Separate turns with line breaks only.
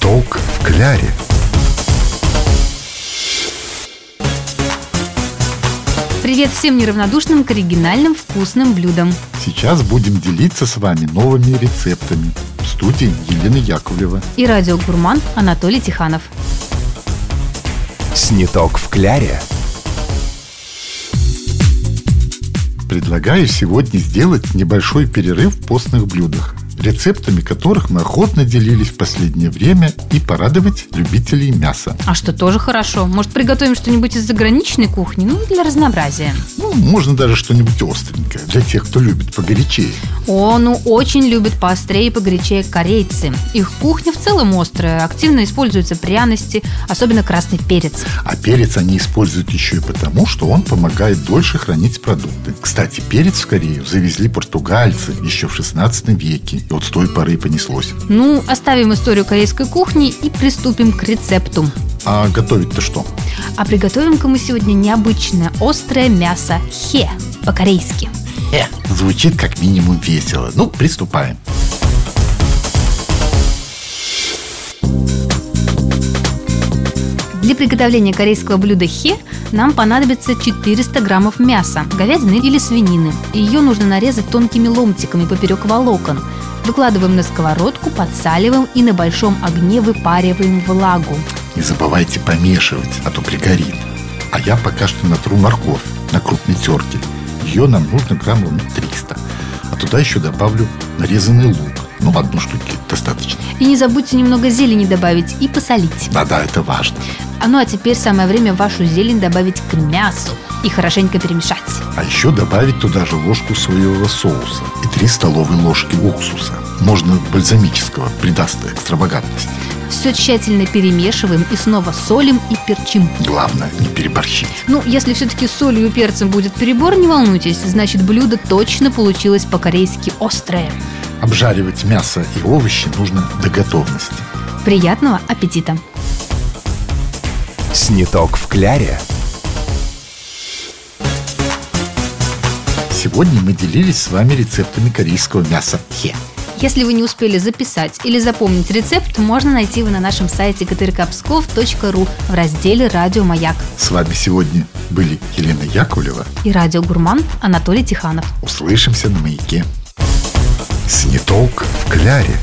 Толк в кляре.
Привет всем неравнодушным к оригинальным вкусным блюдам.
Сейчас будем делиться с вами новыми рецептами. В студии Елена Яковлева.
И радиогурман Анатолий Тиханов.
Сниток в кляре.
Предлагаю сегодня сделать небольшой перерыв в постных блюдах, рецептами которых мы охотно делились в последнее время и порадовать любителей мяса.
А что тоже хорошо. Может, приготовим что-нибудь из заграничной кухни, ну, для разнообразия.
Ну, можно даже что-нибудь остренькое, для тех, кто любит погорячее.
О, ну, очень любят поострее и погорячее корейцы. Их кухня в целом острая, активно используются пряности, особенно красный перец.
А перец они используют еще и потому, что он помогает дольше хранить продукты. Кстати, перец в Корею завезли португальцы еще в 16 веке. И вот с той поры и понеслось.
Ну, оставим историю корейской кухни и приступим к рецепту.
А готовить-то что?
А приготовим-ка мы сегодня необычное острое мясо хе по-корейски.
Э, звучит как минимум весело. Ну, приступаем.
Для приготовления корейского блюда хе нам понадобится 400 граммов мяса, говядины или свинины. Ее нужно нарезать тонкими ломтиками поперек волокон. Выкладываем на сковородку, подсаливаем и на большом огне выпариваем влагу.
Не забывайте помешивать, а то пригорит. А я пока что натру морковь на крупной терке. Ее нам нужно граммов ну, 300. А туда еще добавлю нарезанный лук. Ну, одну штуки достаточно.
И не забудьте немного зелени добавить и посолить.
Да-да, это важно.
А ну а теперь самое время вашу зелень добавить к мясу и хорошенько перемешать.
А еще добавить туда же ложку соевого соуса и 3 столовые ложки уксуса. Можно бальзамического, придаст экстравагантность.
Все тщательно перемешиваем и снова солим и перчим.
Главное, не переборщить.
Ну, если все-таки с солью и перцем будет перебор, не волнуйтесь, значит блюдо точно получилось по-корейски острое.
Обжаривать мясо и овощи нужно до готовности.
Приятного аппетита!
Сниток в кляре.
Сегодня мы делились с вами рецептами корейского мяса хе.
Если вы не успели записать или запомнить рецепт, можно найти его на нашем сайте ktrkpskov.ru в разделе «Радио Маяк».
С вами сегодня были Елена Яковлева.
И радиогурман Анатолий Тиханов.
Услышимся на маяке. Сниток в кляре.